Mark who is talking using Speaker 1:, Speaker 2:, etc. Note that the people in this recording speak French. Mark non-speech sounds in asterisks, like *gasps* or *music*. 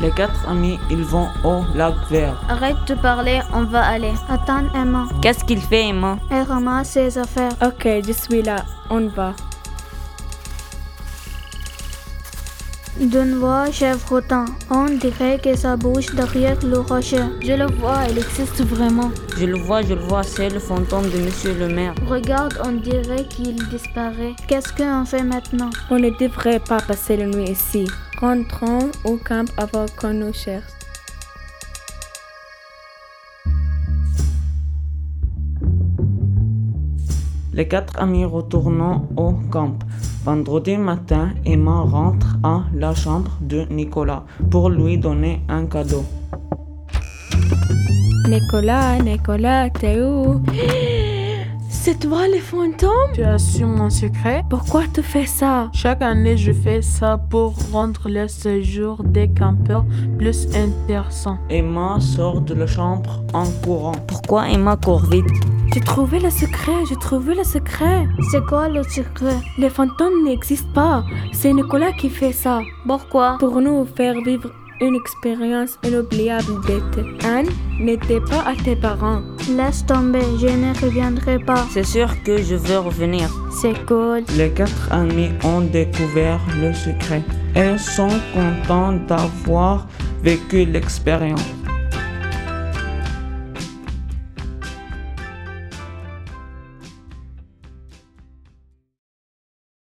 Speaker 1: Les quatre amis, ils vont au lac vert.
Speaker 2: Arrête de parler, on va aller.
Speaker 3: Attends, Emma.
Speaker 4: Qu'est-ce qu'il fait, Emma
Speaker 3: Elle ramasse ses affaires.
Speaker 5: Ok, je suis là. On va.
Speaker 3: D'une voix chevrotant, on dirait que ça bouge derrière le rocher.
Speaker 2: Je le vois, il existe vraiment.
Speaker 4: Je le vois, je le vois, c'est le fantôme de Monsieur le maire.
Speaker 2: Regarde, on dirait qu'il disparaît.
Speaker 3: Qu'est-ce qu'on fait maintenant
Speaker 5: On ne devrait pas passer la nuit ici. Rentrons au camp avant qu'on nous cherche.
Speaker 1: Les quatre amis retournent au camp. Vendredi matin, Emma rentre à la chambre de Nicolas pour lui donner un cadeau.
Speaker 5: Nicolas, Nicolas, t'es où *gasps*
Speaker 6: C'est toi le fantôme
Speaker 7: Tu as su mon secret
Speaker 5: Pourquoi tu fais ça
Speaker 7: Chaque année, je fais ça pour rendre le séjour des campeurs plus intéressant.
Speaker 1: Emma sort de la chambre en courant.
Speaker 4: Pourquoi Emma court vite
Speaker 5: J'ai trouvé le secret, j'ai trouvé le secret.
Speaker 3: C'est quoi le secret
Speaker 5: Les fantômes n'existent pas. C'est Nicolas qui fait ça.
Speaker 4: Pourquoi
Speaker 5: Pour nous faire vivre une expérience inoubliable d'été. Anne, n'était pas à tes parents.
Speaker 3: Laisse tomber, je ne reviendrai pas.
Speaker 4: C'est sûr que je veux revenir.
Speaker 2: C'est cool.
Speaker 1: Les quatre amis ont découvert le secret. Elles sont contents d'avoir vécu l'expérience.